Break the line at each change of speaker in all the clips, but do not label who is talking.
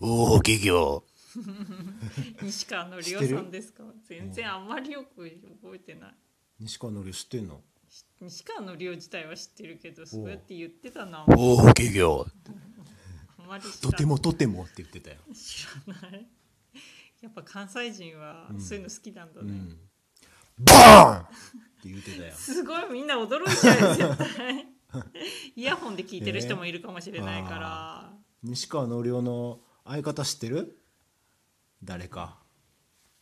おお、企業。
西川のりおさんですか全然あんまりよく覚えてない
西川のり知ってんの
し西川のりお自体は知ってるけどそうやって言ってたな
おお、企業。
あんまり知
と
ら
てもとてもって言ってたよ、
知らない やっぱ関西人はそういうの好きなんだね、
うん、って
バ
言ってたよ
すごいみんな驚いちゃうよ絶対 イヤホンで聞いてる人もいるかもしれないから、
西川のりおの相方知ってる誰か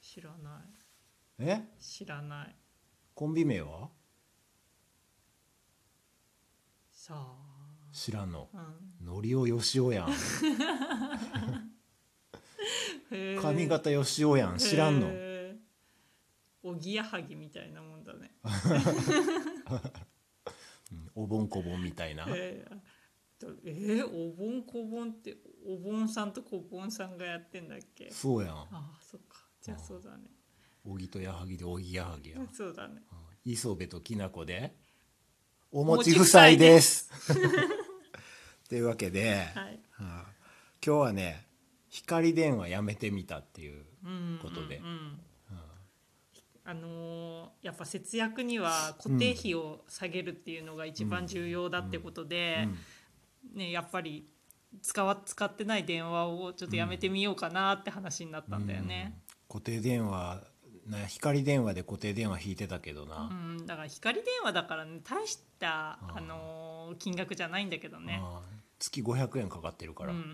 知らな
え
い知らない
コンビ名は
さあ
知らんの
うん
のりおよしおやん
へえ
髪型よしおやん知らんの
へえおぎやはぎみたいなもんだね
おぼんこぼんみたいな
えーとえー、お盆こぼんってお盆さんとこぼんさんがやってんだっけ
そうやん
ああそっかじゃあそうだね
おぎとやはぎでおぎやはぎやん
そうだね
磯部ときなこでお
餅
餅
夫
夫
妻
妻
で
です。 というわけで、
はい
はあ今日はね光電話やめてみたっていう
うん
ことで
うんうんあのーやっぱ節約には固定費を下げるっていうのが一番重要だってことで、ね、やっぱり使わ使ってない電話をちょっとやめてみようかなって話になったんだよね。
固定電話な光電話で固定電話引いてたけどな、
うん、だから光電話だからね大した、あのー金額じゃないんだけどね。
ああ月500円かかってるから、
うんうんう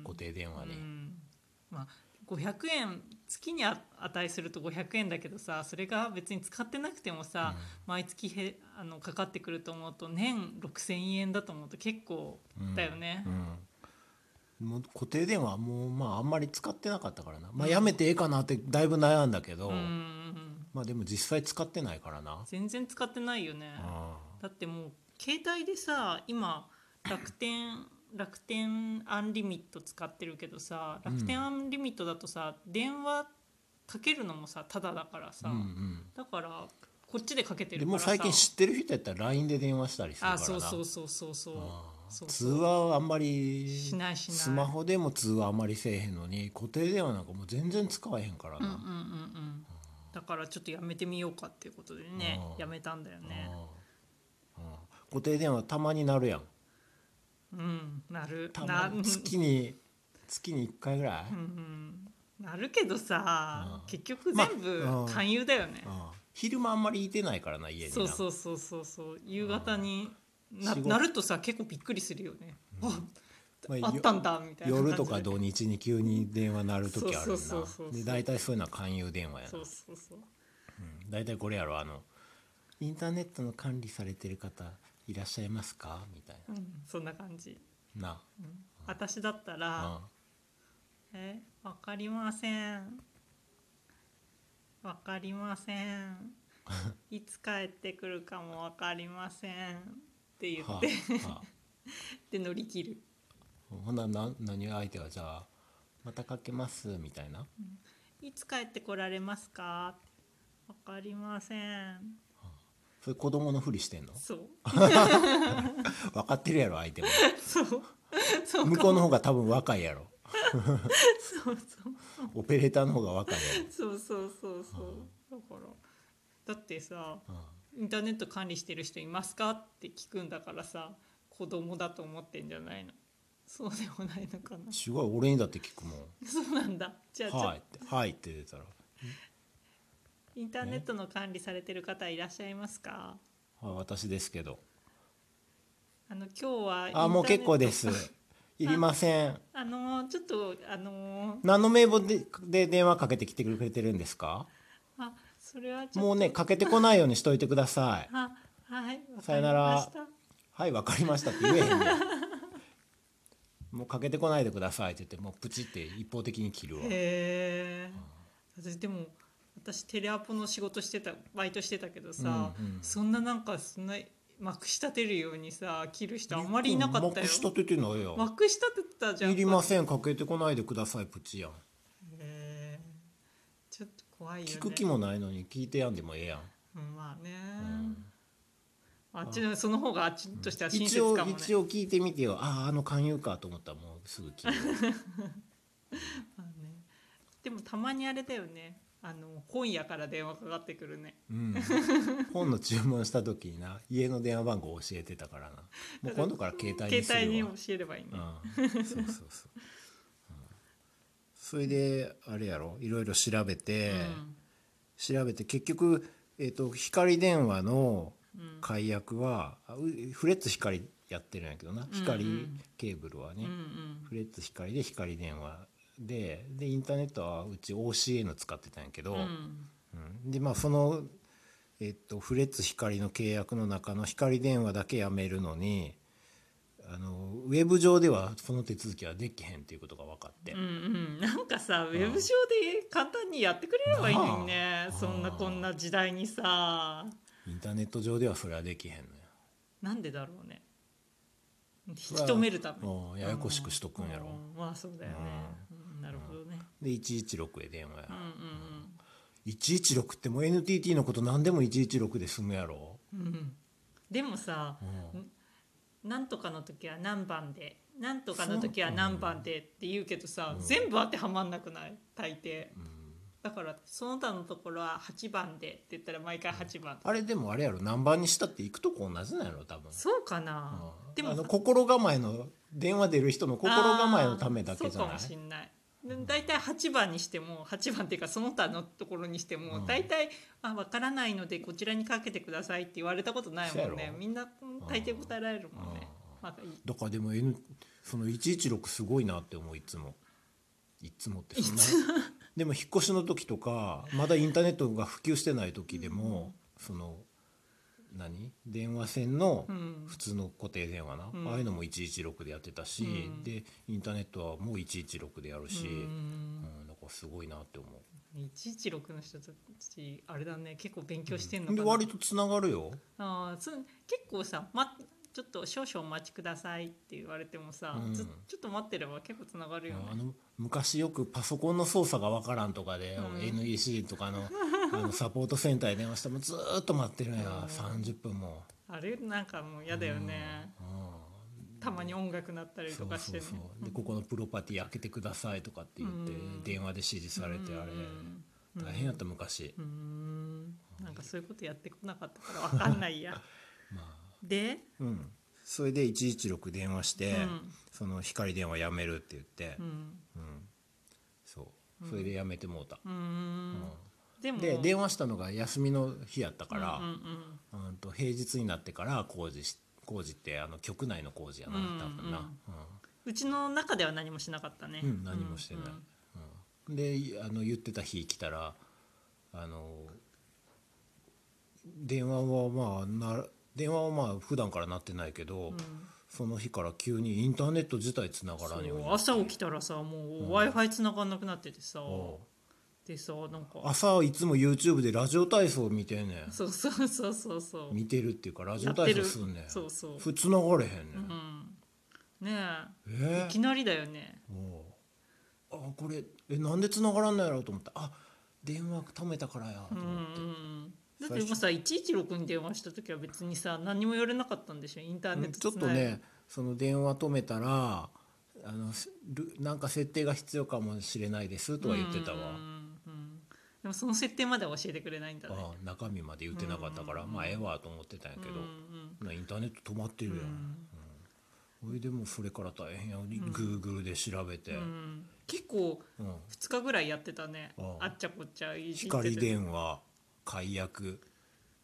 ん、
固定電話に、
うんまあ、500円月にあ値すると500円だけどさそれが別に使ってなくてもさ、毎月へあのかかってくると思うと年6,000円だと思うと結構だよね。
うんもう固定電話もうまああんまり使ってなかったからな、まあ、やめてええかなってだいぶ悩んだけど、
うんうんうん
まあでも実際使ってないからな、
全然使ってないよね。
あ
だってもう携帯でさ今楽天楽天アンリミット使ってるけどさ楽天アンリミットだとさ、電話かけるのもさタダだからさ、
あうんうん
だからこっちでかけて
で
るか
も
ら
う
さ
最近知ってる人やったら LINE で電話したりするから
あ
な
そうそうそうそうそう
あー
そう
通
そう
話はあんまり
しないしない
スマホでも通話あんまりせえへんのに固定電話なんかもう全然使わへんから
うんうんう
な、
んうんだからちょっとやめてみようかっていうことでね
うん
やめたんだよね
うんうん固定電話たまになるやん
うんなる
た
な
まに月に月に1回ぐらい、
うんうんなるけどさ
うん
結局
まあ
全部
うん
勧誘だよね
うん昼間あんまりいてないからな家にな
そうそうそうそうそう夕方にな
仕事
なるとさ結構びっくりするよね
まあ
ああったんだみたいな感じ
夜
で
とか土日に急に電話鳴る時ある
そうそうそうそう
なで大体そういうのは勧誘電話やな
そうそうそう
うん大体これやろあのインターネットの管理されてる方いらっしゃいますかみたい
うんそんな感じ
なな
私だったら
あ
えわかりませんわかりませ んいつ帰ってくるかもわかりませんって言
は
って
あはあ
で乗り切る
ほなな何相手はじゃあまたかけますみたいない
つ帰ってこられますかわかりません
それ子供のふりしてんの
そう
分かってるやろ相手 も
そうそう
向こうの方が多分若いやろ
そうそう
オペレーターの方が若いやろ
そうそうそうそうだからだってさ
うん
インターネット管理してる人いますかって聞くんだからさ子供だと思ってんじゃないのそうでもないのかな
すごい俺にだって聞くもん
そうなんだじゃあ、
「はい」って「はい」って出たら「
インターネットの管理されてる方いらっしゃいますか
はい私ですけど」
あの今日 は
「あもう結構ですす」「いりません」
あのちょっとあの
何の名簿でで電話かけてきてくれてるんですか
あそれはちょっと
もうねかけてこないようにしといてください
あはいわかりました
さよならはいわかりましたって言えへんねんもうかけてこないでくださいって言ってもうプチって一方的に切るわ
へえ私でも私テレアポの仕事してたバイトしてたけどさ、
うんうん
そんななんかそんなまくし立てるようにさ切る人あんまりいなかった
ま
よ
くし立ててないよ
まくし立てたじゃん
いりませんかけてこないでくださいプチやん
へえちょっと怖いよね
聞く気もないのに聞いてやんでもええやん
うんまあね、あっちのその方があっちとしては親切
一
かも
応
ね、
一応聞いてみてよあああの勧誘かと思ったらもうすぐ切る
まあね、でもたまにあれだよねあの本屋から電話かかってくるね
うん、本の注文した時にな家の電話番号教えてたからなもう今度から携帯にするわ
携帯に教えればいいね、
うん、そうそうそう、うん、それであれやろいろいろ調べて、調べて結局、えー、と光電話の
うんうん
解約は、あうフレッツ光やってるんやけどな
うん
光ケーブルはね、
うんうん
フレッツ光で光電話ででインターネットはうち OCN 使ってたんやけど、
うん
うんでまあその、えっと、フレッツ光の契約の中の光電話だけやめるのにあのウェブ上ではその手続きはできへんっていうことが分かって、
うんうん、なんかさウェブ上で簡単にやってくれればいいのに
な
ね
あ
そんなこんな時代にさ
インターネット上ではそれはできへんのよ
なんでだろうね引き止めるため
もうややこしくしとくんやろ、
うまあそうだよね、うんなるほどね
で116へ電話や、
うん
116ってもう NTT のこと何でも116で済むやろ、
うんうんうんでもさ
うん
なんとかの時は何番でなんとかの時は何番でって言うけどさ、全部当てはまんなくない大抵、だからその他のところは8番でって言ったら毎回8番、
あれでもあれやろ何番にしたって行くとこ同じなんやろ多分
そうかな、でも
あの心構えの電話出る人の心構えのためだけじゃ
あーそうか
な
も
い
しんないで大体8番にしても8番っていうかその他のところにしても、
うん
大体「あ分からないのでこちらにかけてください」って言われたことないもん
そうや
ね
ろ
みんな大抵答えられるもんね、まだいい
だからでも、N、その116すごいなって思ういつもいつもってそんなでも引っ越しの時とかまだインターネットが普及してない時でも、その何電話線の
ん
普通の固定電話な、
ん
ああいうのも116でやってたし、
うん
でインターネットはもう116でやるし、
う
うん
ん
だからすごいなって思
116の人たちあれだね結構勉強してんのか
うで
な、
割とつながるよ
あーつ結構さ、ま「ちょっと少々お待ちください」って言われてもさ、
うん
ずちょっと待ってれば結構つながるよ
あ
ね。
の昔よくパソコンの操作がわからんとかで、NEC とかの あのサポートセンターに電話してもずーっと待ってるんや、30分も、
あれなんかもう嫌だよね、
う
たまに音楽鳴ったり
ん、そ
と
う
かし
そ
て
う
ね
そうでここのプロパティ開けてくださいとかって言って、
うん
電話で指示されてあれ、
うん
大変やった昔
う、ーんなんかそういうことやってこなかっ たからわかんないや、で、
うん、それで116電話して、
うん
その光電話やめるって言って、
うん、
そうそれでやめてもうた、
うーんでも
で電話したのが休みの日やったから、
うんうん
うんと平日になってから工事し工事ってあの局内の工事やな
うんうん
多分な、
うちの中では何もしなかったね、
うんうん何もしてない、
うん
うんでいあの言ってた日来たらあの電話はまあな電話はまあ普段から鳴ってないけど、その日から急にインターネット自体繋がらんように
そう
なって
朝起きたらさもう w i f i 繋がんなくなっててさ、
おう
でさなんか
朝いつも YouTube でラジオ体操見てんねん
そうそうそうそうそう
見てるっていうかラジオ
やって
体操
る
すんねん
そうそう
普通繋がれへんねん、
ね
え
え
ー
いきなりだよね
あこれえなんで繋がらんのやろうと思ったあ電話止めたからやと
うんうん
思って、
うんだってもうさ116に電話した時は別にさ何にも言われなかったんでしょインターネット
ちょっと
繋いで
ねその電話止めたらあのするなんか設定が必要かもしれないですとは言ってたわ、
うんうんでもその設定までは教えてくれないんだね
あ中身まで言ってなかったから、まあええわと思ってたんやけど、なインターネット止まってるやん、うん、それでもうそれから大変や Google で調べて、
うん結構
うん
2日ぐらいやってたね
あ
あっちゃこっちゃいじってて
光電話解約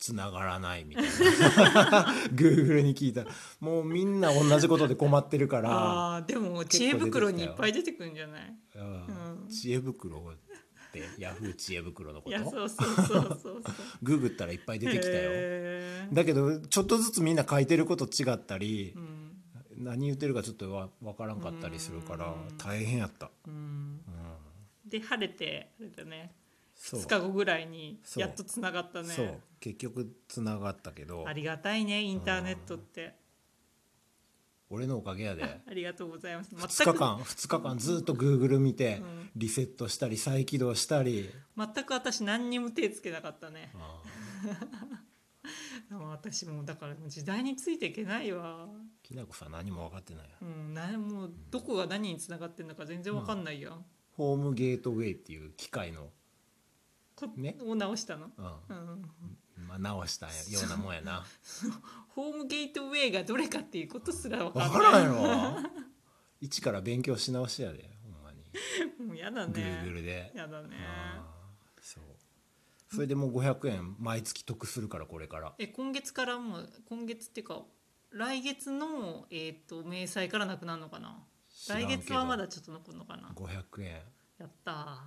つながらないみたいな Google に聞いたらもうみんな同じことで困ってるから
あーでも知恵袋にいっぱい出てくるんじゃない
うん知恵袋ってヤフー知恵袋のこ
いや
と
そうそうそうそうそう
ググったらいっぱい出てきたよ
へー
だけどちょっとずつみんな書いてること違ったり
うん
何言ってるかちょっとわ分からんかったりするから大変やった
うんで晴れてあれだね
そう
2日後ぐらいに
そう
やっとつながったね
そう結局つながったけど
ありがたいねインターネットって
俺のおかげやで
ありがとうございます
2日間2日間ずっと Google 見てリセットしたり再起動したり
全く全く私何にも手つけなかったね
あ
でも私もだからもう時代についていけないわ
きなこさん何も分かってない
うん、なもうどこが何につながってんのか全然わかんないやん、
ホームゲートウェイっていう機械の、
こ
ね
を直したの、
うん
うん、
まあ、直したようなもんや な
ホームゲートウェイがどれかっていうことすらわか
分
ん
か
ない
らんよ一から勉強し直しやでほんまに
もうやだね
Google で、
やだね
あーそうそれでもう500円毎月得するからこれから
え今月からもう今月っていうか来月の、えー、と明細からなくなるのかな
知らんけ
来
ど
月はまだちょっと残るのかな
500円
やったー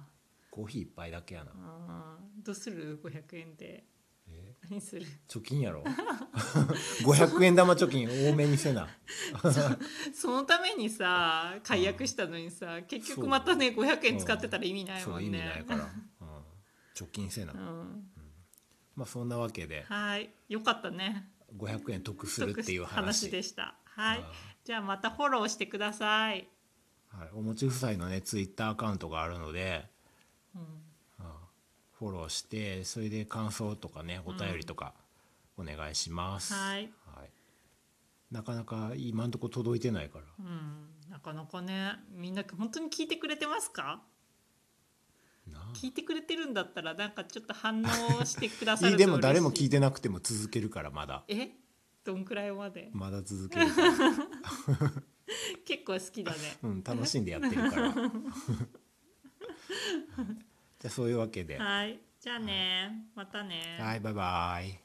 コーヒー一杯だけやな、
あーどうする500円で
え
何する
貯金やろ500円玉貯金多めにせな
そのためにさ解約したのにさ結
そ
局
う
またね500円使ってたら意味 ない
そ
も
う意
ん
味
ね
ないから、うん、貯金せな、
うん、
まあそんなわけで
はいよかったね
500円得するっていう話
話でしたはい
あー
じゃあまたフォローしてください、
はい、おもち夫妻のねツイッターアカウントがあるので
うん
フォローしてそれで感想とかねお便りとかお願いします、
はい
はいなかなか今んとこ届いてないから
うん、なかなかねみんな本当に聞いてくれてますか
な
聞いてくれてるんだったらなんかちょっと反応してくださ
い
る
い
と
でも誰も聞い
て
てなくても続けるからまだ
えどんくらいまで
まだ続けるから、
結構好きだね
うん、楽しんでやってるからはい じゃあそういうわけでは
はいじゃあね、またね
いバイバイ